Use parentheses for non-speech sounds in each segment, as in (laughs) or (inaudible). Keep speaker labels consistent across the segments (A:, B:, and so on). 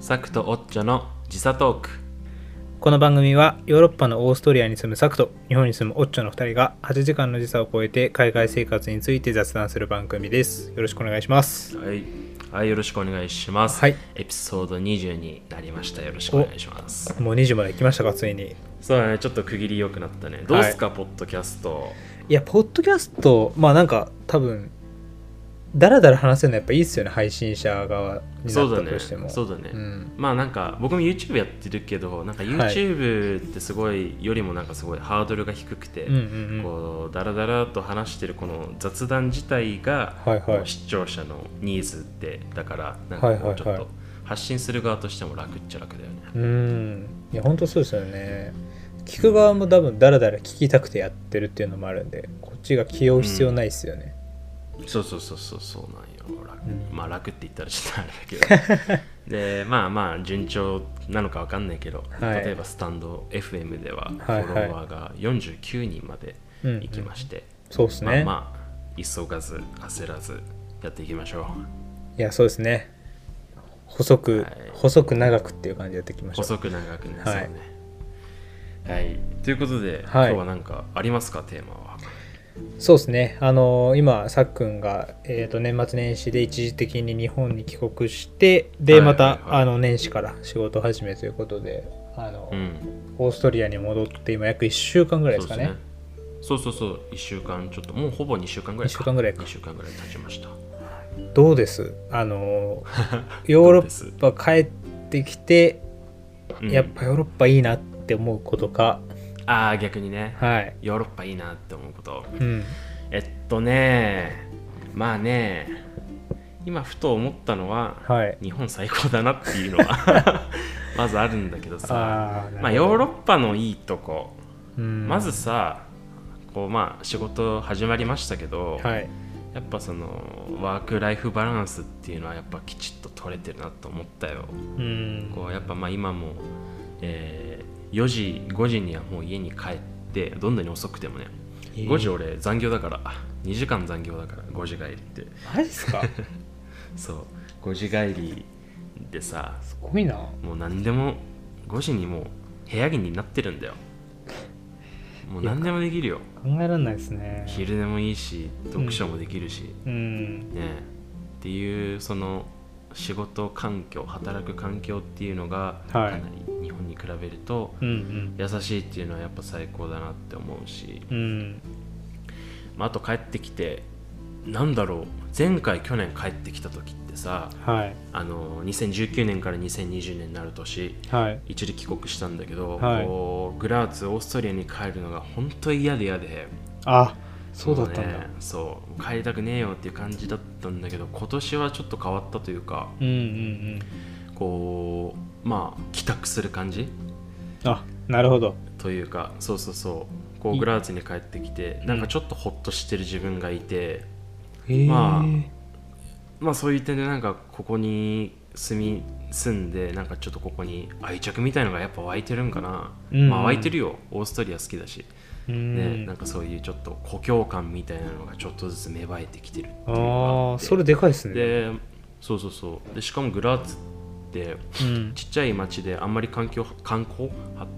A: サクとオッチョの時差トーク
B: この番組はヨーロッパのオーストリアに住むサクと日本に住むオッチョの2人が8時間の時差を超えて海外生活について雑談する番組です。よろしくお願いします。
A: はい、はい、よろしくお願いします、
B: はい
A: エピソード20になりましたよろしくお願いします
B: もう2時まで来ましたか、ついに。
A: そうだねちょっと区切り良くなったねどうすか、ポッドキャスト
B: いや、ポッドキャスト、まあなんか多分、だらだら話せるのやっぱいいっすよね、配信者側にな
A: そう
B: っ
A: だ
B: た
A: ね
B: としても。
A: そうだね、
B: うん
A: まあなんか僕も YouTube やってるけどなんか
B: はい
A: YouTube ってすごいよりもなんかすごいハードルが低くて、
B: うんうんうん。
A: こうダラダラと話してるこの雑談自体が、
B: はいはい
A: もう視聴者のニーズってだからなんかこ
B: は
A: う
B: い
A: ち
B: は
A: ょ
B: いは
A: っ
B: い
A: と発信する側としても楽っちゃ楽だよね。
B: うん。いや、本当そうですよね。聞く側も多分だらだら聞きたくてやってるっていうのもあるんで、こっちが気負う必要ないっすよね。
A: そうそうそうそうそうなんよ楽、
B: うん
A: まあ楽って言ったらちょっとあれだけ
B: (laughs)
A: どでまあまあ順調なのかわかんないけど、
B: はい
A: 例えばスタンド FM ではフ
B: はいはい
A: ォロワーが49人まで
B: うんうん
A: 行きまして、
B: そうですね。
A: まあまあ急がず焦らずやっていきましょう。
B: いやそうですね細く、
A: はい
B: 細く長くっていう感じでやっていきましょう
A: 細く長くね、
B: は
A: そ
B: い
A: うねはいということで、
B: はい
A: 今日は何かありますかテーマは
B: そうですねあのー今さっくんが、えー、と年末年始で一時的に日本に帰国してで
A: はいは
B: ま
A: いは
B: た、
A: い
B: あの年始から仕事始めということであの、
A: うん
B: オーストリアに戻って今約1週間ぐらいですかね
A: そうそうそうそう1週間ちょっともうほぼ2週間ぐらい
B: 二週間ぐらいか
A: 2週間ぐらい経ちました
B: どうですあ
A: (laughs)
B: のーヨーロッパ帰ってきて、
A: うん
B: やっぱヨーロッパいいなって思うことか
A: ああ逆にね
B: はい
A: ヨーロッパいいなって思うこと
B: うん
A: えっとねまあね今ふと思ったのは、
B: はい
A: 日本最高だなっていうのは (laughs) まずあるんだけどさ
B: あー
A: ま
B: な
A: あ
B: るほ
A: ヨー
B: ど
A: ロッパのいいとこ
B: うん
A: まずさこうまあ仕事始まりましたけど、
B: はい
A: やっぱそのワーク・ライフ・バランスっていうのはやっぱきちっと取れてるなと思ったよ
B: うん
A: こうやっぱまあ今も、えー4時5時にはもう家に帰ってどんなに遅くてもね
B: えー
A: 5時俺残業だから2時間残業だから5時帰りって
B: マジっすか
A: そう5時帰りでさ
B: すごいな
A: もう何でも5時にもう部屋着になってるんだよもう何でもできるよ
B: 考えられないですね
A: 昼でもいいし読書もできるし、
B: うん
A: ねっていうその仕事環境働く環境っていうのがか
B: はい
A: なり日本に比べると
B: うんうん
A: 優しいっていうのはやっぱ最高だなって思うし、
B: うん
A: まあ、あと帰ってきてなんだろう前回去年帰ってきた時ってさ
B: はい
A: あの2019年から2020年になる年
B: はい
A: 一時帰国したんだけど、
B: はい
A: こうグラーツオーストリアに帰るのが本当に嫌で嫌で
B: あそうだったん
A: も
B: だ
A: ねそう帰りたくねえよっていう感じだったんだけど今年はちょっと変わったというか
B: うんうんうん
A: こうまあ帰宅する感じ
B: あなるほど
A: というかそうそうそうこう
B: い
A: グラーツに帰ってきてなんかちょっとホッとしてる自分がいて、
B: へえ
A: ままあそういう点でなんかここに住み住んでなんかちょっとここに愛着みたいのがやっぱ湧いてるんかな、
B: うん
A: まあ湧いてるよオーストリア好きだし、
B: うん
A: ね、なんかそういうちょっと故郷感みたいなのがちょっとずつ芽生えてきてるっていうのが
B: あ
A: あ
B: あ
A: って
B: それでかいですね
A: でそうそうそうでしかもグラーツって
B: うん
A: ちっちゃい町であんまり環境観光発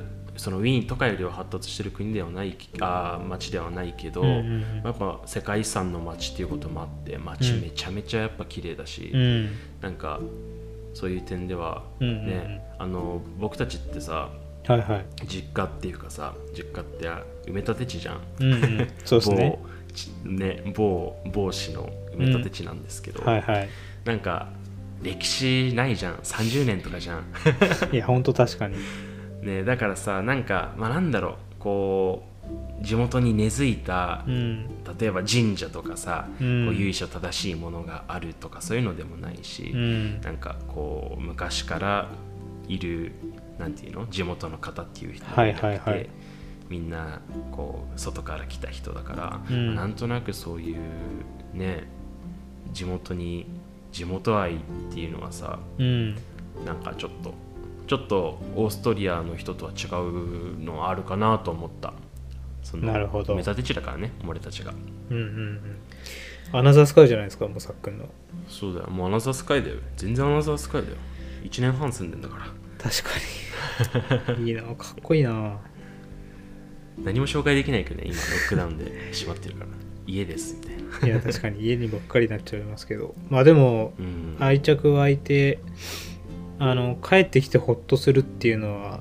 A: 達そのウィーンとかよりは発達してる国ではないあー町ではないけど、
B: うんうんうん
A: やっぱ世界遺産の町っていうこともあって町
B: うん
A: めちゃめちゃやっぱ綺麗だし、
B: うん
A: なんかそういう点では
B: うんうんうん
A: ね、あの僕たちってさ
B: はいはい
A: 実家っていうかさ実家ってあ埋め立て地じゃん
B: うん (laughs) うんそうですね
A: 某ちね某某市の埋め立て地なんですけど、
B: はいはい
A: なんか歴史ないじゃん30年とかじゃん (laughs)
B: いや本当確かに
A: ねだからさなんかまあなんだろうこう地元に根付いた
B: うん
A: 例えば神社とかさ、
B: うん
A: こう由緒正しいものがあるとかそういうのでもないし、
B: うん
A: なんかこう昔からいるなんていうの地元の方っていう人が
B: はい
A: いなくて、
B: はいはい
A: みんなこう外から来た人だから、
B: うん
A: なんとなくそういうね地元に地元愛っていうのはさ
B: うん
A: なんかちょっとちょっとオーストリアの人とは違うのはあるかなと思ったその
B: なるほど
A: 埋め立て地だからね俺たちが
B: うんうんうんアナザースカイじゃないですかもうさっくんの
A: そうだよもうアナザースカイだよ全然アナザースカイだよ1年半住んでんだから
B: 確かに (laughs) いいなかっこいいな
A: 何も紹介できないけどね今ロックダウンで縛ってるから (laughs) 家ですみたいない
B: や確かに家にばっかりになっちゃいますけどまあでも
A: うん
B: 愛着湧いてあの帰ってきてほっとするっていうのは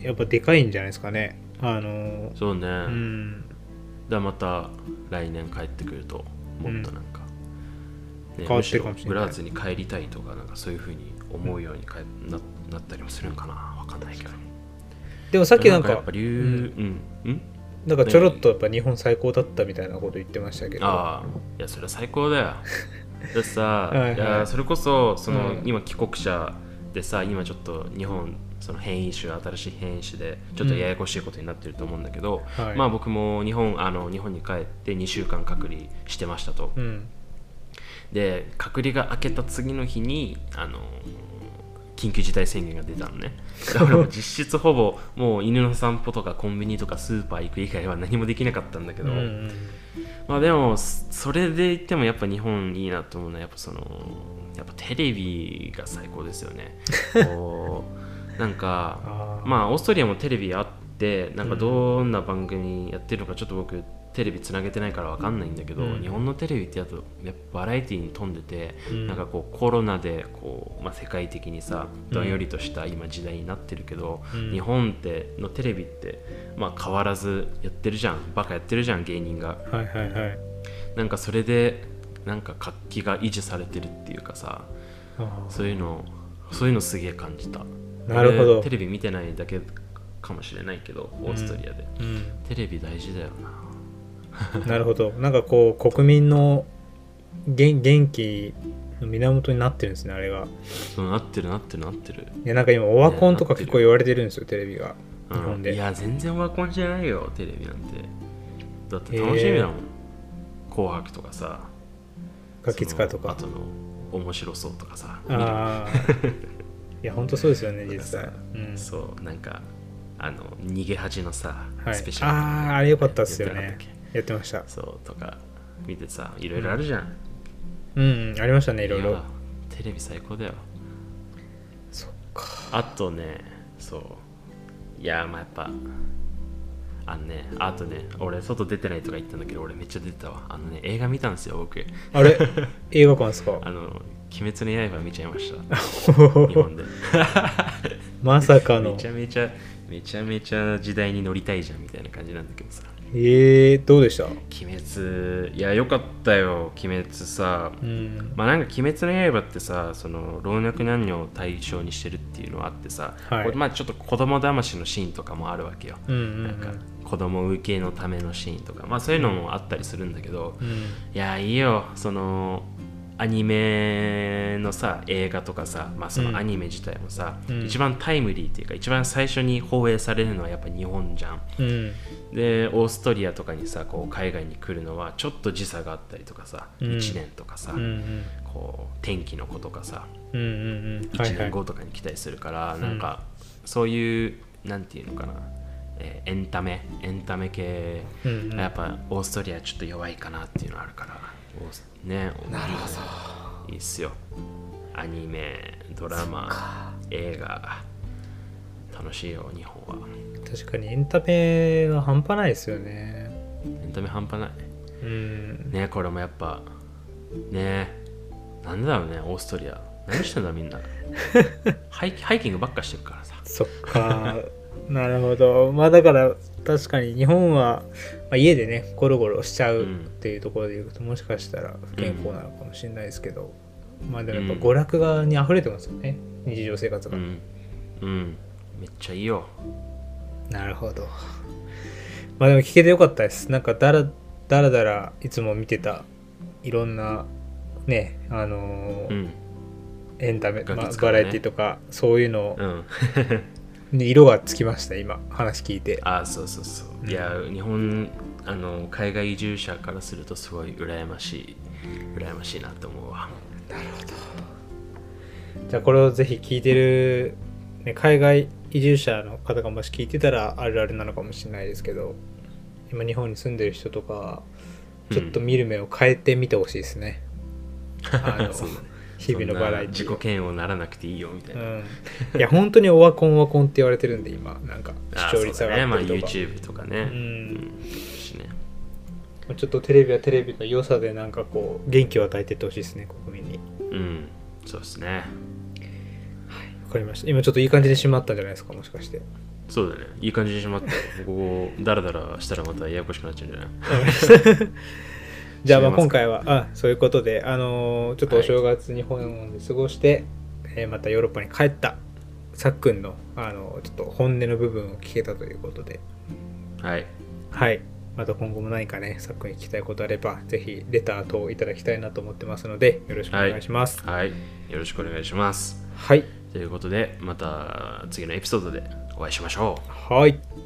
B: やっぱでかいんじゃないですかねあの
A: そうね、
B: うん
A: だからまた来年帰ってくるともっとなんか、ね
B: 変わってるかも
A: む
B: しれない
A: ろブラーズに帰りたいとかなんかそういうふうに思うようにかえななったりもするんかなわかんないけど
B: でもさっきなんか
A: やっぱ竜うん、うん、
B: なんかちょろっとやっぱ日本最高だったみたいなこと言ってましたけど
A: ああいやそれは最
B: (laughs)
A: 高だよだってさ
B: いはい
A: いやそれこそその、
B: うん
A: 今帰国者でさ今ちょっと日本その変異種新しい変異種でちょっとややこしいことになってると思うんだけど、
B: はい
A: まあ僕も日本あの日本に帰って2週間隔離してましたと、
B: うん
A: で隔離が明けた次の日にあの緊急事態宣言が出たのね
B: (laughs)
A: だからもう実質ほぼもう犬の散歩とかコンビニとかスーパー行く以外は何もできなかったんだけ
B: うん
A: ど、
B: うん
A: まあでもそそれで言ってもやっぱ日本いいなと思うのはやっぱそのやっぱテレビが最高ですよ
B: (laughs)
A: ねこうなんか
B: あー
A: まあオーストリアもテレビあってなんかどんな番組やってるのかちょっと僕テレビつなげてないからわかんないんだけど、
B: うん
A: 日本のテレビってやっぱやっぱバラエティに富んでて、
B: うん
A: なんかこうコロナでこう、まあ、世界的にさどんよりとした今時代になってるけど、
B: うん
A: 日本ってのテレビって、まあ、変わらずやってるじゃんバカやってるじゃん芸人が。
B: はいはいはい
A: なんかそれでなんか活気が維持されてるっていうかさ
B: あー
A: そういうのそういうのすげえ感じた
B: なるほど
A: 俺テレビ見てないだけかもしれないけどオーストリアで、
B: うん
A: テレビ大事だよな
B: なるほどなんかこう国民の元元気の源になってるんですねあれが
A: そうなってるなってるなってる、
B: いやなんか今オワコンとか
A: ねなってる
B: 結構言われてるんですよテレビが
A: う
B: 日本
A: ん、
B: で
A: いや全然ワコンじゃないよテレビなんてだって楽しみだもん「紅白」とかさ
B: ガキ使と
A: その
B: か
A: あとの面白そうとかさ見る
B: ああーいや本当そうです
A: (laughs)
B: よね実際
A: なんかさ
B: うん
A: そうなんかあの逃げ恥のさ、
B: はい
A: スペシャルとか
B: あああれ良かったっすよ
A: やってなか
B: ね
A: ったっ
B: やってました
A: そうとか見てさいろいろあるじゃん、
B: うんうんありましたねいろい
A: い
B: ろ
A: やテレビ最高だよ
B: そっか
A: あとねそういやまあやっぱあのねあとね俺外出てないとか言ったんだけど俺めっちゃ出てたわあのね映画見たんですよ僕
B: あれ映画館ですか
A: あの「鬼滅の刃」見ちゃいました (laughs) 日本 (laughs) で
B: まさか
A: め
B: の
A: ちゃめちゃめちゃめちゃ時代に乗りたいじゃんみたいな感じなんだけどさ
B: えー、どうでした
A: 鬼滅いやよかったよ鬼滅さ
B: うん
A: まあなんか「鬼滅の刃」ってさその老若男女を対象にしてるっていうのはあってさ、
B: はい
A: これまあちょっと子供騙しのシーンとかもあるわけよ、
B: うんうんうん
A: なんか子供受けのためのシーンとかまあそういうのもあったりするんだけど、
B: うん
A: いやいいよそのアニメのさ映画とかさ、まあ、そ
B: うん
A: のアニメ自体もさ、
B: うん
A: 一番タイムリーっていうか一番最初に放映されるのはやっぱ日本じゃん
B: うん
A: でオーストリアとかにさこう海外に来るのはちょっと時差があったりとかさ、
B: うん
A: 1年とかさ、
B: うんうん
A: こう天気の子とかさ
B: うんうんうんはい
A: 1
B: はい
A: 年後とかに来たりするから、なんかそういうなんていうのかな、えーエンタメエンタメ系、
B: うんうん
A: やっぱオーストリアちょっと弱いかなっていうのあるからオースねなるほどいいっすよアニメドラマ映画楽しいよ日本は
B: 確かにエンタメが半端ないですよね
A: エンタメ半端ない
B: うん
A: ねこれもやっぱねなんでだろうねオーストリア何してんだみんな (laughs) ハイハイキングばっかしてるからさ
B: そっか (laughs) なるほどまあだから確かに日本は、まあ、家でねゴロゴロしちゃうっていうところで言うと、もしかしたら不健康なのかもしれないですけど、まあでもやっぱ娯楽がに溢れてますよね日常生活
A: う
B: が、
A: ん、うん、めっちゃいいよ
B: なるほどまあでも聞けてよかったですなんかだらだらだらいつも見てたいろんなねあのー
A: うん
B: エンタメ、
A: ガキ
B: まあ
A: 使う
B: バ
A: ね
B: ラエティとかそういうの
A: う、ん (laughs)
B: ね色がつきました今話聞いて
A: あそうそうそう、いや日本あの海外移住者からするとすごい羨ましい羨ましいなと思うわ
B: じゃあこれをぜひ聞いてる、ね、海外移住者の方がもし聞いてたらあるあるなのかもしれないですけど今日本に住んでる人とかちょっと見る目を変えてみてほしいですね、あ
A: (laughs)
B: の
A: そうだね
B: 日々のバラエティ
A: そんな自己嫌悪ならなくていいよみたいな、
B: うん、いや本当にオワコンオワコンって言われてるんで今なんか
A: あ
B: 視聴率
A: そう
B: 上
A: だね、ま
B: が
A: あ、
B: ってるとか、
A: YouTube とかね、
B: うん
A: しね
B: ちょっとテレビはテレビの良さでなんかこう元気を与えてってほしいですね国民にわ
A: うんそうですね
B: かりました今ちょっといい感じで締まったんじゃないですかもしかして
A: そうだねいい感じにしまったよここダラダラしたらまたややこしくなっちゃうんじゃない
B: (laughs) じゃあまあ
A: 締めますか
B: 今回はあそういうことであのーちょっとお正月日本で過ごして、えーまたヨーロッパに帰ったさっくんの、あのーちょっと本音の部分を聞けたということで
A: はい
B: はい。また今後も何かね、サックに聞きたいことあれば、ぜひレター等いただきたいなと思ってますので、よろしくお願いします。
A: はいよろしくお願いします
B: はい。
A: ということでまた次のエピソードでお会いしましょう
B: はい。